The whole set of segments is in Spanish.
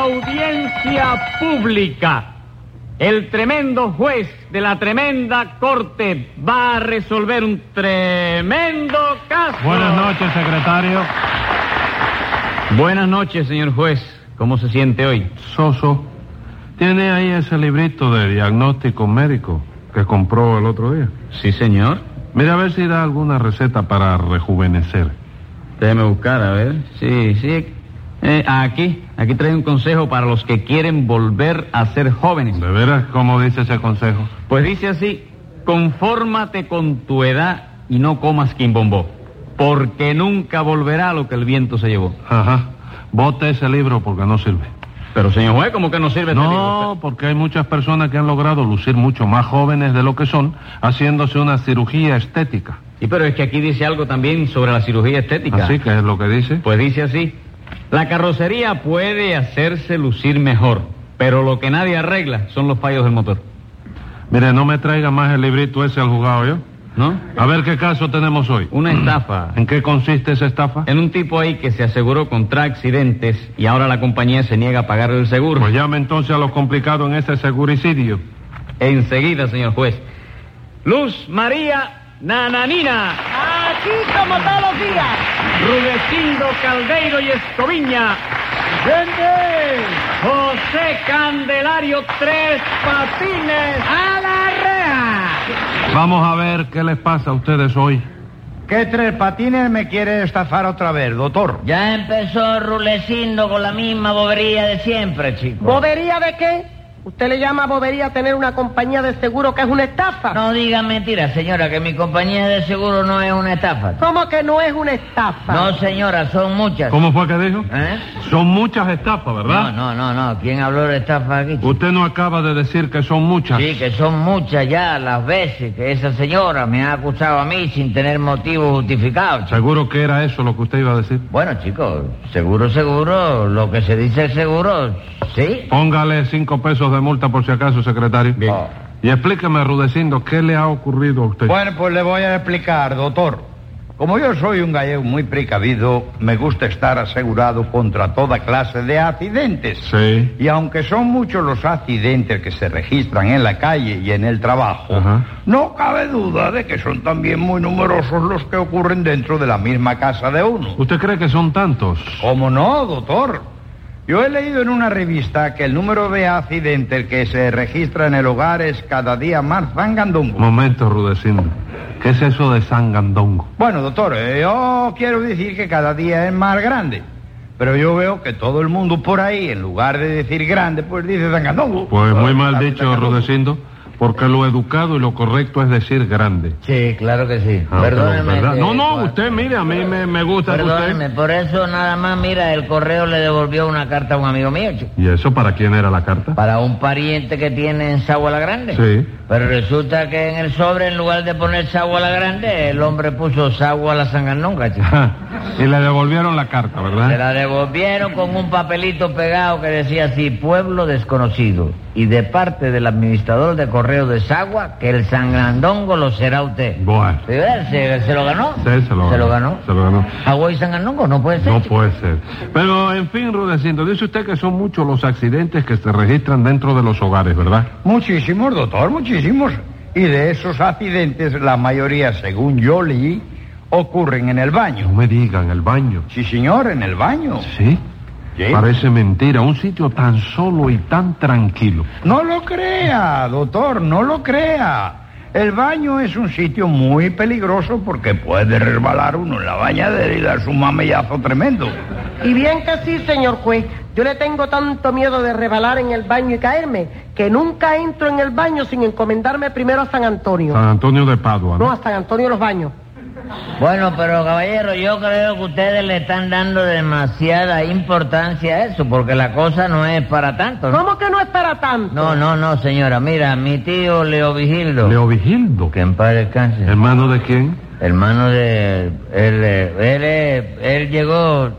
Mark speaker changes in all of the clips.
Speaker 1: Audiencia pública. El tremendo juez de la tremenda corte va a resolver un tremendo caso.
Speaker 2: Buenas noches, secretario.
Speaker 1: Buenas noches, señor juez. ¿Cómo se siente hoy?
Speaker 2: Soso, ¿tiene ahí ese librito de diagnóstico médico que compró el otro día?
Speaker 1: Sí, señor.
Speaker 2: Mira a ver si da alguna receta para rejuvenecer.
Speaker 1: Déjeme buscar, a ver. Sí, sí. Eh, aquí, aquí trae un consejo para los que quieren volver a ser jóvenes.
Speaker 2: ¿De veras cómo dice ese consejo?
Speaker 1: Pues dice así, confórmate con tu edad y no comas quimbombó, porque nunca volverá lo que el viento se llevó.
Speaker 2: Ajá. Bote ese libro porque no sirve.
Speaker 1: Pero señor juez, ¿cómo que no sirve? este libro?
Speaker 2: No, porque hay muchas personas que han logrado lucir mucho más jóvenes de lo que son haciéndose una cirugía estética.
Speaker 1: Sí, pero es que aquí dice algo también sobre la cirugía estética.
Speaker 2: Así que es lo que dice.
Speaker 1: Pues dice así, la carrocería puede hacerse lucir mejor, pero lo que nadie arregla son los fallos del motor,
Speaker 2: Mire, no me traiga más el librito ese al juzgado yo.
Speaker 1: ¿no?
Speaker 2: A ver qué caso tenemos hoy.
Speaker 1: Una estafa.
Speaker 2: ¿En qué consiste esa estafa?
Speaker 1: En un tipo ahí que se aseguró contra accidentes y ahora la compañía se niega a pagarle el seguro.
Speaker 2: Pues llame entonces a lo complicado en ese seguricidio.
Speaker 1: Enseguida, señor juez. Luz María Nananina,
Speaker 3: Aquí como todos los días.
Speaker 1: Rudecindo Caldeiro y Escoviña,
Speaker 3: ¡Gente!
Speaker 1: José Candelario Tres Patines.
Speaker 3: ¡A la rea!
Speaker 2: Vamos a ver qué les pasa a ustedes hoy.
Speaker 4: ¿Qué tres patines me quiere estafar otra vez, doctor?
Speaker 5: Ya empezó Rulecindo con la misma bobería de siempre, chico.
Speaker 3: ¿Bobería de qué? ¿Usted le llama bobería a tener una compañía de seguro que es una estafa?
Speaker 5: No diga mentiras, señora, que mi compañía de seguro no es una estafa.
Speaker 3: ¿Cómo que no es una estafa?
Speaker 5: No, señora, son muchas.
Speaker 2: ¿Cómo fue que dijo?
Speaker 5: ¿Eh?
Speaker 2: Son muchas estafas,
Speaker 5: No,
Speaker 2: ¿verdad?
Speaker 5: no, no, no. ¿Quién habló de estafa aquí? chico?
Speaker 2: Usted no acaba de decir que son muchas.
Speaker 5: Sí, que son muchas ya las veces que esa señora me ha acusado a mí sin tener motivo justificado. chico.
Speaker 2: Seguro que era eso lo que usted iba a decir.
Speaker 5: Bueno, chicos, seguro, seguro, lo que se dice es seguro, ¿sí?
Speaker 2: Póngale cinco pesos de multa por si acaso, secretario.
Speaker 5: Bien.
Speaker 2: Y explíqueme, Rudecindo, ¿qué le ha ocurrido a usted?
Speaker 4: Bueno, pues le voy a explicar, doctor. Como yo soy un gallego muy precavido, me gusta estar asegurado contra toda clase de accidentes.
Speaker 2: Sí.
Speaker 4: Y aunque son muchos los accidentes que se registran en la calle y en el trabajo,
Speaker 2: Ajá.
Speaker 4: no cabe duda de que son también muy numerosos los que ocurren dentro de la misma casa de uno.
Speaker 2: ¿Usted cree que son tantos?
Speaker 5: Oh.
Speaker 4: ¿Cómo no, doctor? Yo he leído en una revista que el número de accidentes que se registra en el hogar es cada día más zangandungo.
Speaker 2: Momento, Rudecindo. ¿Qué es eso de Sangandongo?
Speaker 4: Bueno, doctor, eh, yo quiero decir que cada día es más grande. Pero yo veo que todo el mundo por ahí, en lugar de decir grande, pues dice zangandungo.
Speaker 2: Pues muy mal
Speaker 4: Ah,
Speaker 2: dicho,
Speaker 4: zangandungo.
Speaker 2: Rudecindo, porque lo educado y lo correcto es decir grande.
Speaker 5: Sí, claro que sí.
Speaker 2: Ah, pero,
Speaker 5: Perdóneme.
Speaker 2: ¿verdad?
Speaker 5: que-
Speaker 2: No, no, usted, mire, a mí me, me gusta que
Speaker 5: Perdóneme,
Speaker 2: usted...
Speaker 5: por eso nada más, mira, el correo le devolvió una carta a un amigo mío, chico.
Speaker 2: ¿Y eso para quién era la carta?
Speaker 5: Para un pariente que tiene en Sagua la Grande.
Speaker 2: Sí.
Speaker 5: Pero resulta que en el sobre, en lugar de poner Sagua la Grande, el hombre puso Sagua la Sanganonga, chico.
Speaker 2: y le devolvieron la carta,
Speaker 5: Se
Speaker 2: ¿verdad?
Speaker 5: la devolvieron con un papelito pegado que decía así, pueblo desconocido. Y de parte del administrador de correo de Sagua, que el Sangandongo lo será usted.
Speaker 2: Bueno,
Speaker 5: ¿Sí, ves? ¿Se, se lo ganó?
Speaker 2: sí, se lo,
Speaker 5: Se
Speaker 2: ganó,
Speaker 5: lo ganó.
Speaker 2: Se lo ganó.
Speaker 5: Sagua y Sangandongo no puede ser.
Speaker 2: No
Speaker 5: chico.
Speaker 2: puede ser. Pero, en fin, Rudecindo, dice usted que son muchos los accidentes que se registran dentro de los hogares, ¿verdad?
Speaker 4: Muchísimos, doctor, muchísimos. Y de esos accidentes, la mayoría, según yo leí, ocurren en el
Speaker 2: No
Speaker 4: baño.
Speaker 2: me digan, el baño.
Speaker 4: Sí, señor, en el baño.
Speaker 2: ¿Sí?
Speaker 4: Sí.
Speaker 2: Parece mentira, un sitio tan solo y tan tranquilo.
Speaker 4: No lo crea, doctor, no lo crea. El baño es un sitio muy peligroso porque puede resbalar uno en la bañadera y darse un mamellazo tremendo.
Speaker 3: Y bien que sí, señor juez. Yo le tengo tanto miedo de rebalar en el baño y caerme que nunca entro en el baño sin encomendarme primero a San Antonio.
Speaker 2: San Antonio de Padua,
Speaker 3: No,
Speaker 2: ¿no?
Speaker 3: a San Antonio de los Baños.
Speaker 5: Bueno, pero caballero, yo creo que ustedes le están dando demasiada importancia a eso, porque la cosa no es para tanto. ¿no?
Speaker 3: ¿Cómo que no espera tanto?
Speaker 5: No, no, no, señora. Mira, mi tío Leo Vigildo,
Speaker 2: Leovigildo.
Speaker 5: que en paz descanse,
Speaker 2: ¿Hermano de quién?
Speaker 5: hermano de... Él, eh, él, eh, él llegó...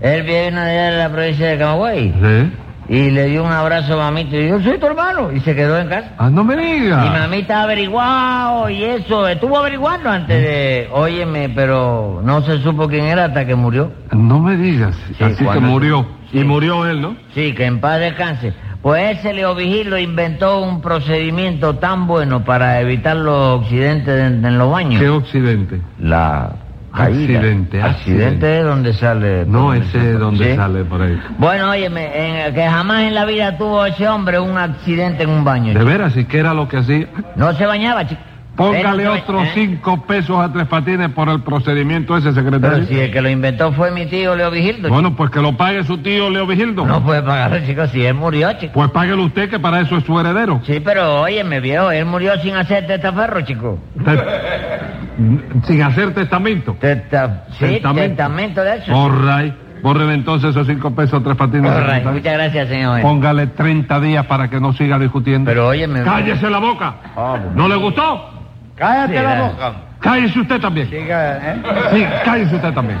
Speaker 5: Él viene allá de la provincia de Camagüey
Speaker 2: Sí.
Speaker 5: y le dio un abrazo a mamita y yo soy tu hermano, y se quedó en casa.
Speaker 2: Ah, no me
Speaker 5: Y
Speaker 2: diga.
Speaker 5: mamita ha averiguado y eso, estuvo averiguando antes de... Óyeme, pero no se supo quién era hasta que murió.
Speaker 2: No me digas.
Speaker 5: Sí,
Speaker 2: Así que
Speaker 5: cuando-
Speaker 2: murió. Y murió él, ¿no?
Speaker 5: Sí, que en paz descanse. Pues ese Leovigilo inventó un procedimiento tan bueno para evitar los accidentes en, en los baños.
Speaker 2: ¿Qué occidente?
Speaker 5: La caída.
Speaker 2: Accidente, accidente.
Speaker 5: Accidente es donde sale.
Speaker 2: No,
Speaker 5: por
Speaker 2: ese es donde
Speaker 5: ¿Sí?
Speaker 2: sale por ahí.
Speaker 5: Bueno, óyeme, en- que jamás en la vida tuvo ese hombre un accidente en un baño.
Speaker 2: De
Speaker 5: chico.
Speaker 2: veras, si que era lo que hacía.
Speaker 5: No se bañaba, chico.
Speaker 2: Póngale
Speaker 5: Él no se ba-
Speaker 2: otros
Speaker 5: ¿eh?
Speaker 2: cinco pesos a Tres Patines por el procedimiento ese,
Speaker 5: Pero
Speaker 2: secretario.
Speaker 5: si el que lo inventó fue mi tío Leo Vigildo. chico.
Speaker 2: Bueno, pues que lo pague su tío Leo Vigildo.
Speaker 5: No pues. puede pagarlo, chicos, si él murió, chico.
Speaker 2: Pues páguelo usted, que para eso es su heredero.
Speaker 5: Sí, pero óyeme, viejo, él murió sin hacer testaferro, chico.
Speaker 2: Te- Sin hacer testamento.
Speaker 5: Testa... Sí, testamento, de eso.
Speaker 2: All right. Bórrele entonces esos cinco pesos a Tres Patines.
Speaker 5: All right,
Speaker 2: secretario.
Speaker 5: Muchas gracias, señor.
Speaker 2: Póngale 30 días para que no siga discutiendo.
Speaker 5: Pero óyeme...
Speaker 2: ¡Cállese la boca!
Speaker 5: Ah, bueno.
Speaker 2: ¿No le gustó?
Speaker 4: Cállate
Speaker 5: Sí,
Speaker 4: la
Speaker 5: era-
Speaker 4: boca.
Speaker 2: Cállese usted también.
Speaker 4: Siga, ¿eh?
Speaker 2: Sí, cállese usted también.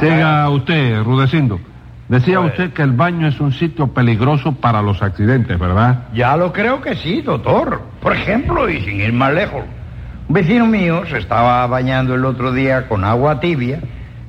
Speaker 2: Siga usted, Rudecindo. Decía usted que el baño es un sitio peligroso para los accidentes, ¿verdad?
Speaker 4: Ya lo creo que sí, doctor. Por ejemplo, y sin ir más lejos, un vecino mío se estaba bañando el otro día con agua tibia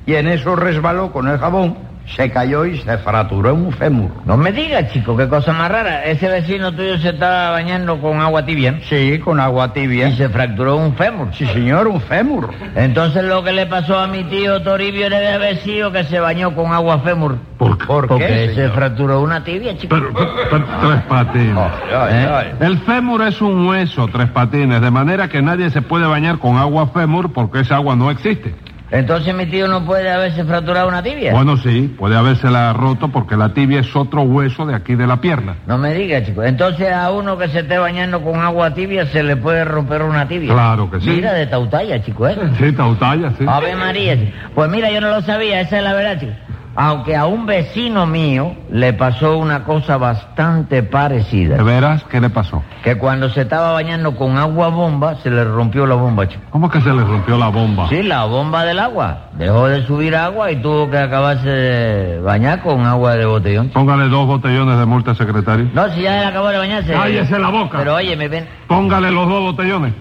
Speaker 4: y en eso resbaló con el jabón, se cayó y se fraturó un fémur.
Speaker 5: No me digas, chico, qué cosa más rara. Ese vecino tuyo se estaba bañando con agua tibia ¿no?
Speaker 4: Sí, con agua tibia.
Speaker 5: y se fracturó un fémur.
Speaker 4: Sí, señor, un fémur.
Speaker 5: Entonces lo que le pasó a mi tío Toribio debe haber sido que se bañó con agua fémur.
Speaker 2: ¿Por qué?
Speaker 4: ¿Por
Speaker 5: Porque
Speaker 4: qué,
Speaker 5: se
Speaker 4: señor?
Speaker 5: fracturó una tibia, chico.
Speaker 2: Pero, pero, tres patines.
Speaker 4: Ay, ay, ay.
Speaker 2: El fémur es un hueso, tres patines, de manera que nadie se puede bañar con agua fémur porque esa agua no existe.
Speaker 5: Entonces mi tío no puede haberse fracturado una tibia.
Speaker 2: Bueno, sí, puede habérsela roto porque la tibia es otro hueso de aquí de la pierna.
Speaker 5: No me digas, chico. Entonces a uno que se esté bañando con agua tibia se le puede romper una tibia.
Speaker 2: Claro que sí.
Speaker 5: Mira de tautalla, chico, ¿eh?
Speaker 2: Sí, tautalla, sí.
Speaker 5: Ave María. chico. Pues mira, yo no lo sabía, esa es la verdad, chico. Aunque a un vecino mío le pasó una cosa bastante
Speaker 2: ¿De
Speaker 5: parecida.
Speaker 2: veras qué le pasó?
Speaker 5: Que cuando se estaba bañando con agua bomba, se le rompió la bomba, chico.
Speaker 2: ¿Cómo que se le rompió la bomba?
Speaker 5: Sí, la bomba del agua. Dejó de subir agua y tuvo que acabarse de bañar con agua de botellón. chico.
Speaker 2: Póngale dos botellones de multa, secretario.
Speaker 5: No, si ya acabó de bañarse.
Speaker 2: Cállese la boca.
Speaker 5: Pero oye, me ven.
Speaker 2: Póngale los dos botellones.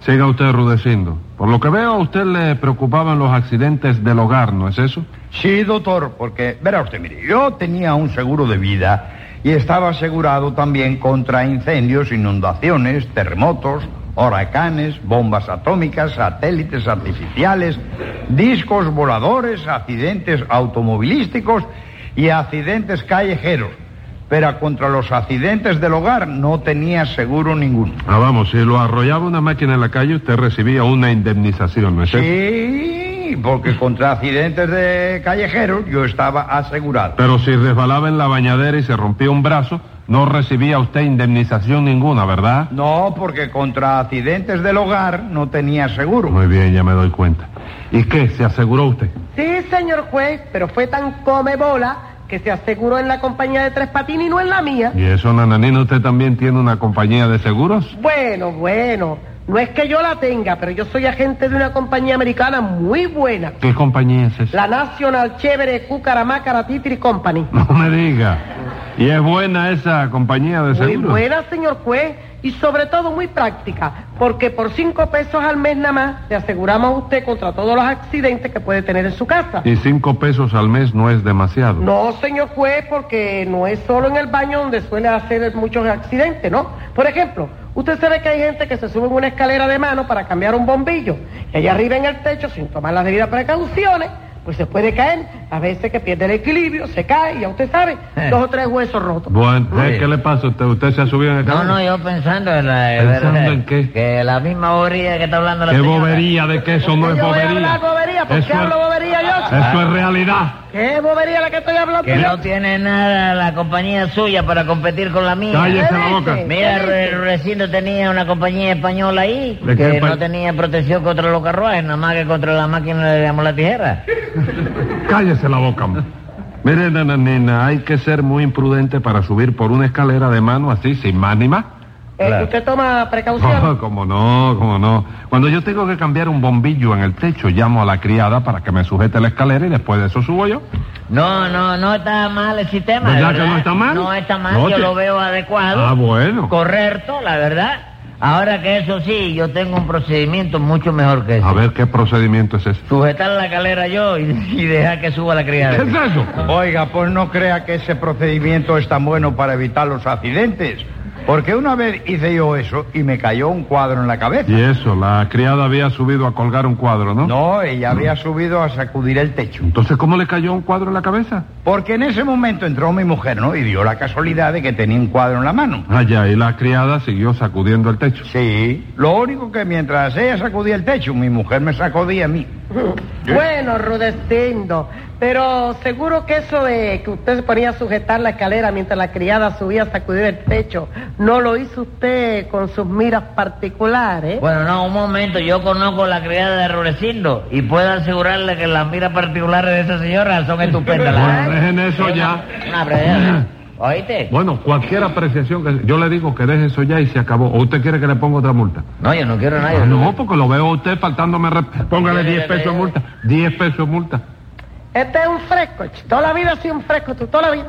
Speaker 2: Siga usted rudeciendo. Por lo que veo, a usted le preocupaban los accidentes del hogar, ¿no es eso?
Speaker 4: Sí, doctor, porque, verá usted, mire, yo tenía un seguro de vida y estaba asegurado también contra incendios, inundaciones, terremotos, huracanes, bombas atómicas, satélites artificiales, discos voladores, accidentes automovilísticos y accidentes callejeros. Pero contra los accidentes del hogar no tenía seguro ninguno.
Speaker 2: Ah, vamos, si lo arrollaba una máquina en la calle, usted recibía una indemnización, ¿no es eso?
Speaker 4: Sí, porque contra accidentes de callejeros yo estaba asegurado.
Speaker 2: Pero si resbalaba en la bañadera y se rompía un brazo, no recibía usted indemnización ninguna, ¿verdad?
Speaker 4: No, porque contra accidentes del hogar no tenía seguro.
Speaker 2: Muy bien, ya me doy cuenta. ¿Y qué? ¿Se aseguró usted?
Speaker 3: Sí, señor juez, pero fue tan come bola que se aseguró en la compañía de Tres Patines y no en la mía.
Speaker 2: ¿Y eso, Nananina, usted también tiene una compañía de seguros?
Speaker 3: Bueno, bueno, no es que yo la tenga, pero yo soy agente de una compañía americana muy buena,
Speaker 2: ¿Qué compañía es esa?
Speaker 3: la National Chévere Cucaramácara Titri Company.
Speaker 2: No me diga. ¿Y es buena esa compañía de
Speaker 3: Muy
Speaker 2: seguros?
Speaker 3: buena, señor juez, y sobre todo muy práctica, porque por cinco pesos al mes nada más le aseguramos a usted contra todos los accidentes que puede tener en su casa.
Speaker 2: Y cinco pesos al mes no es demasiado.
Speaker 3: No, señor juez, porque no es solo en el baño donde suele hacer muchos accidentes, ¿no? Por ejemplo, usted sabe que hay gente que se sube en una escalera de mano para cambiar un bombillo y allá arriba en el techo, sin tomar las debidas precauciones, pues se puede caer. A veces que pierde el equilibrio, se cae y ya usted sabe, dos o tres huesos rotos.
Speaker 2: Eh. Bueno, ¿eh?
Speaker 5: Sí.
Speaker 2: ¿qué le pasa a usted? ¿Usted se ha subido en el
Speaker 5: No,
Speaker 2: carro?
Speaker 5: no, yo pensando en la...
Speaker 2: ¿Pensando en qué?
Speaker 5: Que la misma bobería que está hablando la
Speaker 2: ¿Qué
Speaker 5: señora.
Speaker 2: bobería de que eso no es
Speaker 3: yo voy a
Speaker 2: bobería?
Speaker 3: hablar bobería, ¿por
Speaker 2: Eso
Speaker 3: qué hablo
Speaker 2: es- Ah.
Speaker 3: bobería yo?
Speaker 2: Eso es realidad.
Speaker 3: ¿Qué bobería la que estoy hablando?
Speaker 5: Que no tiene nada la compañía suya para competir con la mía.
Speaker 2: Cállese la
Speaker 3: dice?
Speaker 2: boca.
Speaker 5: Mira,
Speaker 3: ¿Qué
Speaker 5: Re-
Speaker 3: dice?
Speaker 5: Recindo tenía una compañía española ahí
Speaker 2: ¿De qué
Speaker 5: que
Speaker 2: pa-
Speaker 5: no tenía protección contra los carruajes, nada más que contra la máquina de llamó la tijera.
Speaker 2: Cállese la boca. hombre. Mire, nena, nena, hay que ser muy imprudente para subir por una escalera de mano así, sin más ni más.
Speaker 3: Eh,
Speaker 5: Claro.
Speaker 3: ¿Usted toma precauciones?
Speaker 2: No, como no, como no. Cuando yo tengo que cambiar un bombillo en el techo, llamo a la criada para que me sujete la escalera y después de eso subo yo.
Speaker 5: No, no, no está mal el sistema. de
Speaker 2: ¿Verdad que no está mal?
Speaker 5: No está mal,
Speaker 2: No,
Speaker 5: yo
Speaker 2: che.
Speaker 5: lo veo adecuado,
Speaker 2: Ah, bueno.
Speaker 5: correcto, la verdad. Ahora que eso sí, yo tengo un procedimiento mucho mejor que ese.
Speaker 2: A ver qué procedimiento es ese.
Speaker 5: Sujetar la calera yo y, y dejar que suba la
Speaker 2: ¿Qué es
Speaker 5: criada.
Speaker 2: eso?
Speaker 4: Oiga, pues no crea que ese procedimiento es tan bueno para evitar los accidentes. Porque una vez hice yo eso y me cayó un cuadro en la cabeza.
Speaker 2: Y eso, la criada había subido a colgar un cuadro, ¿no?
Speaker 4: No, ella había subido a sacudir el techo.
Speaker 2: Entonces, ¿cómo le cayó un cuadro en la cabeza?
Speaker 4: Porque en ese momento entró mi mujer, ¿no? Y dio la casualidad de que tenía un cuadro en la mano.
Speaker 2: Ah, ya, y la criada siguió sacudiendo el techo.
Speaker 4: Sí. Lo único que mientras ella sacudía el techo, mi mujer me sacudía a mí.
Speaker 3: Bueno, Rudecindo, pero seguro que eso de que usted se ponía a sujetar la escalera mientras la criada subía a sacudir el techo, no lo hizo usted con sus miras particulares.
Speaker 5: Bueno, no, un momento, yo conozco la criada de Rurecindo y puedo asegurarle que las miras particulares de esa señora son estupendas.
Speaker 2: Bueno,
Speaker 5: Las-
Speaker 2: dejen eso
Speaker 5: Una-
Speaker 2: ya.
Speaker 5: Una brega. ¿Oíste?
Speaker 2: Bueno, cualquier apreciación que... Yo le digo que deje eso ya y se acabó. ¿O usted quiere que le ponga otra multa?
Speaker 5: No, yo no quiero a nadie.
Speaker 2: Ah, no, porque lo veo a usted faltándome... respeto. Póngale
Speaker 5: Mire,
Speaker 2: 10 pesos
Speaker 5: mire.
Speaker 2: multa. 10 pesos multa.
Speaker 3: Este es un fresco, ch- toda la vida ha sido un fresco, tú toda la vida.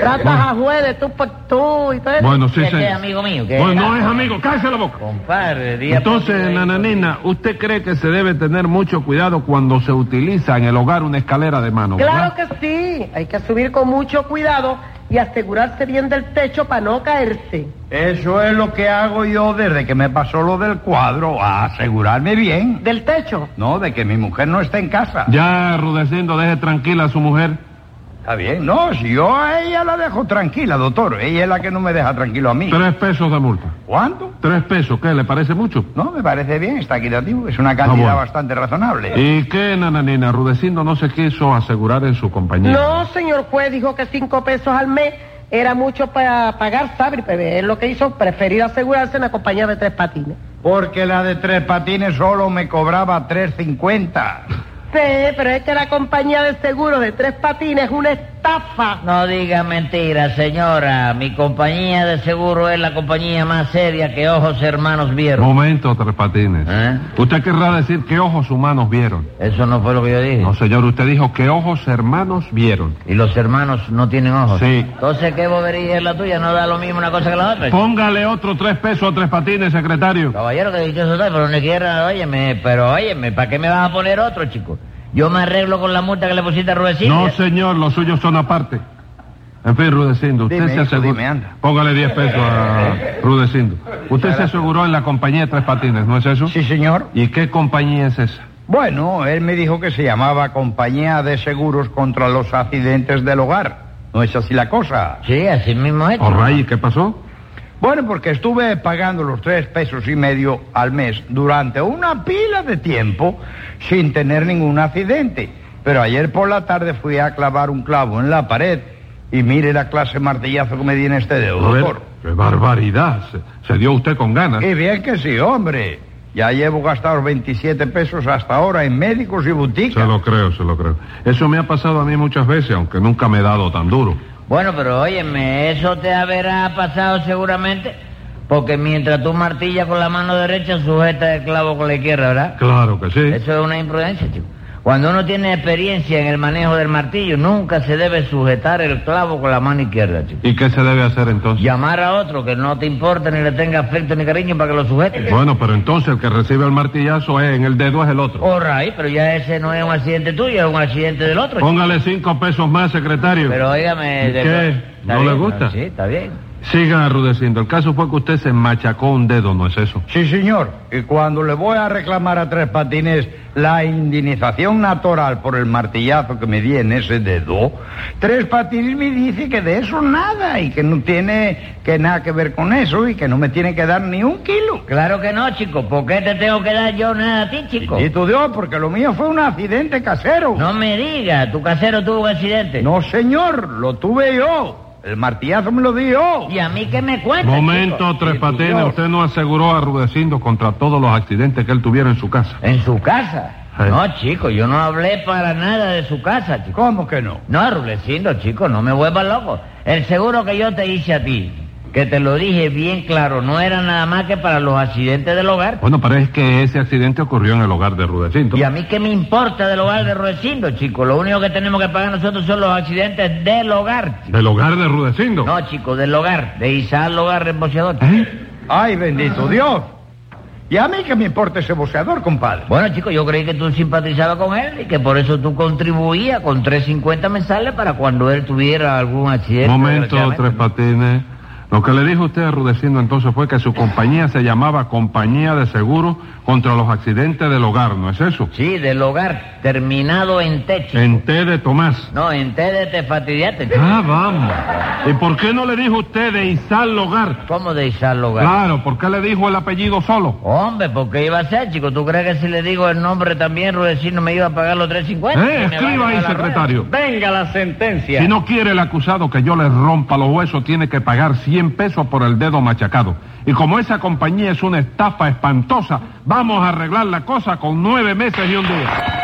Speaker 3: Tratas a jueves, tú por tú y todo eso.
Speaker 2: Bueno, sí,
Speaker 5: ¿Qué, qué,
Speaker 2: señor.
Speaker 5: amigo mío? ¿Qué?
Speaker 2: Bueno, no es amigo. Cállese la boca.
Speaker 5: Compadre, día por día,
Speaker 2: Entonces, nananina, ¿usted cree que se debe tener mucho cuidado cuando se utiliza en el hogar una escalera de mano?
Speaker 3: Claro
Speaker 2: verdad?
Speaker 3: que sí, hay que subir con mucho cuidado y asegurarse bien del techo para no caerse.
Speaker 4: Eso es lo que hago yo desde que me pasó lo del cuadro, a asegurarme bien.
Speaker 3: ¿Del techo?
Speaker 4: No, de que mi mujer no está en casa.
Speaker 2: Ya, Rudecindo, deje tranquila a su mujer.
Speaker 4: Está bien, no, si yo a ella la dejo tranquila, doctor. Ella es la que no me deja tranquilo a mí.
Speaker 2: Tres pesos de multa.
Speaker 4: ¿Cuánto?
Speaker 2: Tres pesos, ¿qué? ¿Le parece mucho?
Speaker 4: No, me parece bien, está equitativo. Es una
Speaker 2: Ah,
Speaker 4: cantidad
Speaker 2: bueno.
Speaker 4: bastante razonable.
Speaker 2: ¿Y qué, nananina? Rudecindo no se quiso asegurar en su compañía.
Speaker 3: No, señor juez, dijo que cinco pesos al mes era mucho para pagar, ¿sabe? Pero Es lo que hizo, preferir asegurarse en la compañía de tres patines.
Speaker 4: Porque la de tres patines solo me cobraba 3.50.
Speaker 3: Sí, pero es que la compañía de seguros de tres patines es una estafa.
Speaker 5: No diga mentira, señora. Mi compañía de seguro es la compañía más seria que ojos hermanos vieron.
Speaker 2: Momento, Tres Patines.
Speaker 5: ¿Eh?
Speaker 2: ¿Usted querrá decir qué ojos humanos vieron?
Speaker 5: Eso no fue lo que yo dije.
Speaker 2: No, señor, usted dijo que ojos hermanos vieron.
Speaker 5: Y los hermanos no tienen ojos.
Speaker 2: Sí.
Speaker 5: Entonces, ¿qué bobería es la tuya? ¿No da lo mismo una cosa que la otra?
Speaker 2: Póngale otro tres pesos a Tres Patines, secretario.
Speaker 5: Caballero, que dicho eso, pero ni quiera, óyeme, pero óyeme, ¿para qué me vas a poner otro, chico? Yo me arreglo con la multa que le pusiste a Rubecín.
Speaker 2: No, señor, los suyos son aparte. En fin, Rudecindo, usted
Speaker 4: Dime,
Speaker 2: se
Speaker 4: hijo,
Speaker 2: aseguró.
Speaker 4: dime, anda.
Speaker 2: Póngale 10 pesos a Rudecindo. Usted se aseguró en la compañía de Tres Patines, ¿no es eso?
Speaker 4: Sí, señor.
Speaker 2: ¿Y qué compañía es esa?
Speaker 4: Bueno, él me dijo que se llamaba Compañía de Seguros contra los Accidentes del Hogar. No es así la cosa.
Speaker 5: Sí, así mismo es.
Speaker 2: Orray, ¿qué pasó?
Speaker 4: Bueno, porque estuve pagando los tres pesos y medio al mes durante una pila de tiempo sin tener ningún accidente. Pero ayer por la tarde fui a clavar un clavo en la pared y mire la clase de martillazo que me di en este dedo,
Speaker 2: A ver,
Speaker 4: doctor.
Speaker 2: qué barbaridad. Se, se dio usted con ganas.
Speaker 4: Y bien que sí, hombre. Ya llevo gastados 27 pesos hasta ahora en médicos y
Speaker 2: Se
Speaker 4: boutiques.
Speaker 2: lo creo, se lo creo. Eso me ha pasado a mí muchas veces, aunque nunca me he dado tan duro.
Speaker 5: Bueno, pero óyeme, eso te habrá pasado seguramente, porque mientras tú martillas con la mano derecha, sujeta el clavo con la izquierda, ¿verdad?
Speaker 2: Claro que sí.
Speaker 5: Eso es una imprudencia, chico. Cuando uno tiene experiencia en el manejo del martillo, nunca se debe sujetar el clavo con la mano izquierda, chico.
Speaker 2: ¿Y qué se debe hacer entonces?
Speaker 5: Llamar a otro que no te importa ni le tenga afecto ni cariño para que lo sujete.
Speaker 2: Bueno, pero entonces el que recibe el martillazo es- en el dedo es el
Speaker 4: Oh,
Speaker 2: otro.
Speaker 5: Alright, pero ya ese no es un accidente tuyo, es un accidente del otro. chico.
Speaker 2: Póngale cinco pesos más, secretario.
Speaker 5: Pero óigame... de-
Speaker 2: ¿Qué?
Speaker 5: Está
Speaker 2: ¿No le
Speaker 5: bien,
Speaker 2: gusta?
Speaker 5: Sí, está bien.
Speaker 2: Siga arrudeciendo. El caso fue que usted se machacó un dedo, ¿no es eso?
Speaker 4: Sí, señor. Y cuando le voy a reclamar a Tres Patines la indemnización natural por el martillazo que me di en ese dedo, Tres Patines me dice que de eso nada y que no tiene que nada que ver con eso y que no me tiene que dar ni un kilo.
Speaker 5: Claro que no, chico. ¿Por qué te tengo que dar yo nada a ti, chico?
Speaker 4: Y tú Dios, porque lo mío fue un accidente casero.
Speaker 5: No me digas, tu casero tuvo un accidente.
Speaker 4: No, señor, lo tuve yo. El martillazo me lo di yo.
Speaker 5: ¿Y a mí qué me cuentas?
Speaker 2: Momento,
Speaker 5: chico?
Speaker 2: Tres
Speaker 4: Sí,
Speaker 2: Patines.
Speaker 4: señor.
Speaker 2: Usted no aseguró a Rudecindo contra todos los accidentes que él tuviera en su casa.
Speaker 5: ¿En su casa?
Speaker 2: Sí.
Speaker 5: No, chico, yo no hablé para nada de su casa, chico.
Speaker 4: ¿Cómo que no?
Speaker 5: No, Rulecindo, chico, no me vuelvas loco. El seguro que yo te hice a ti, que te lo dije bien claro, no era nada más que para los accidentes del hogar.
Speaker 2: Bueno, pero es que ese accidente ocurrió en el hogar de Rudecindo.
Speaker 5: ¿Y a mí qué me importa del hogar de Rulecindo, chico? Lo único que tenemos que pagar nosotros son los accidentes del hogar, chico.
Speaker 2: ¿Del hogar de Rudecindo?
Speaker 5: No, chico, del hogar, de Isaac Hogar Rembociador.
Speaker 2: ¿Eh?
Speaker 4: Ay, bendito Dios. ¿Y a mí que me importa ese boceador, compadre?
Speaker 5: Bueno, chico, yo creí que tú simpatizabas con él y que por eso tú contribuías con 3.50 mensuales para cuando él tuviera algún accidente.
Speaker 2: Momento,
Speaker 5: este, desgraciadamente.
Speaker 2: Tres Patines. Lo que le dijo usted a Rudecindo entonces fue que su compañía se llamaba Compañía de Seguros contra los Accidentes del Hogar, ¿no es eso?
Speaker 5: Sí, del hogar, terminado en techo.
Speaker 2: En T de Tomás.
Speaker 5: No, en té de te fastidiaste. chico.
Speaker 2: Ah, vamos. ¿Y por qué no le dijo usted de Izal Hogar?
Speaker 5: ¿Cómo de izar el hogar?
Speaker 2: Claro, ¿por qué le dijo el apellido solo?
Speaker 5: Hombre, ¿por qué iba a ser, chico? ¿Tú crees que si le digo el nombre también, Rudecino, me iba a pagar los 3.50?
Speaker 2: Eh,
Speaker 5: Que me
Speaker 2: escriba
Speaker 5: va a
Speaker 2: ahí,
Speaker 5: dar la rueda.
Speaker 2: secretario.
Speaker 1: Venga la sentencia.
Speaker 2: Si no quiere el acusado que yo le rompa los huesos, tiene que pagar 100 pesos por el dedo machacado. Y como esa compañía es una estafa espantosa, vamos a arreglar la cosa con nueve meses y un día.